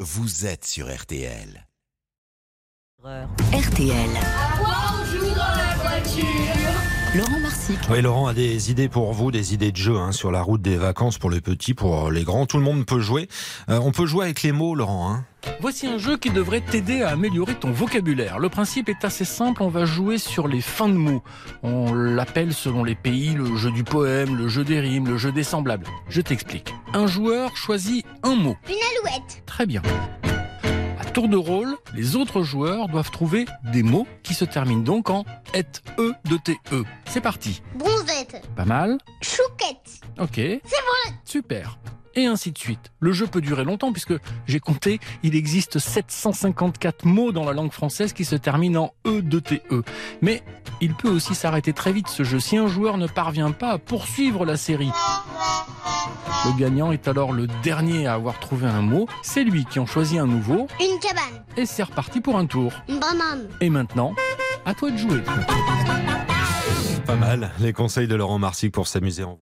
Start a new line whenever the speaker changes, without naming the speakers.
vous êtes sur RTL.
RTL. Laurent Marsic.
Oui, Laurent a des idées pour vous, des idées de jeux hein, sur la route des vacances pour les petits, pour les grands. Tout le monde peut jouer. Euh, on peut jouer avec les mots, Laurent. hein.
Voici un jeu qui devrait t'aider à améliorer ton vocabulaire. Le principe est assez simple, on va jouer sur les fins de mots. On l'appelle selon les pays le jeu du poème, le jeu des rimes, le jeu des semblables. Je t'explique. Un joueur choisit un mot.
Une alouette.
Très bien. À tour de rôle, les autres joueurs doivent trouver des mots qui se terminent donc en et, e, de t, e. C'est parti.
Bronzette.
Pas mal.
Chouquette.
Ok. C'est vrai Super et ainsi de suite. Le jeu peut durer longtemps puisque j'ai compté, il existe 754 mots dans la langue française qui se terminent en E de TE. Mais il peut aussi s'arrêter très vite ce jeu si un joueur ne parvient pas à poursuivre la série. Le gagnant est alors le dernier à avoir trouvé un mot, c'est lui qui en choisit un nouveau
Une cabane.
et c'est reparti pour un tour.
Une banane.
Et maintenant, à toi de jouer.
Pas mal. Les conseils de Laurent Marsic pour s'amuser en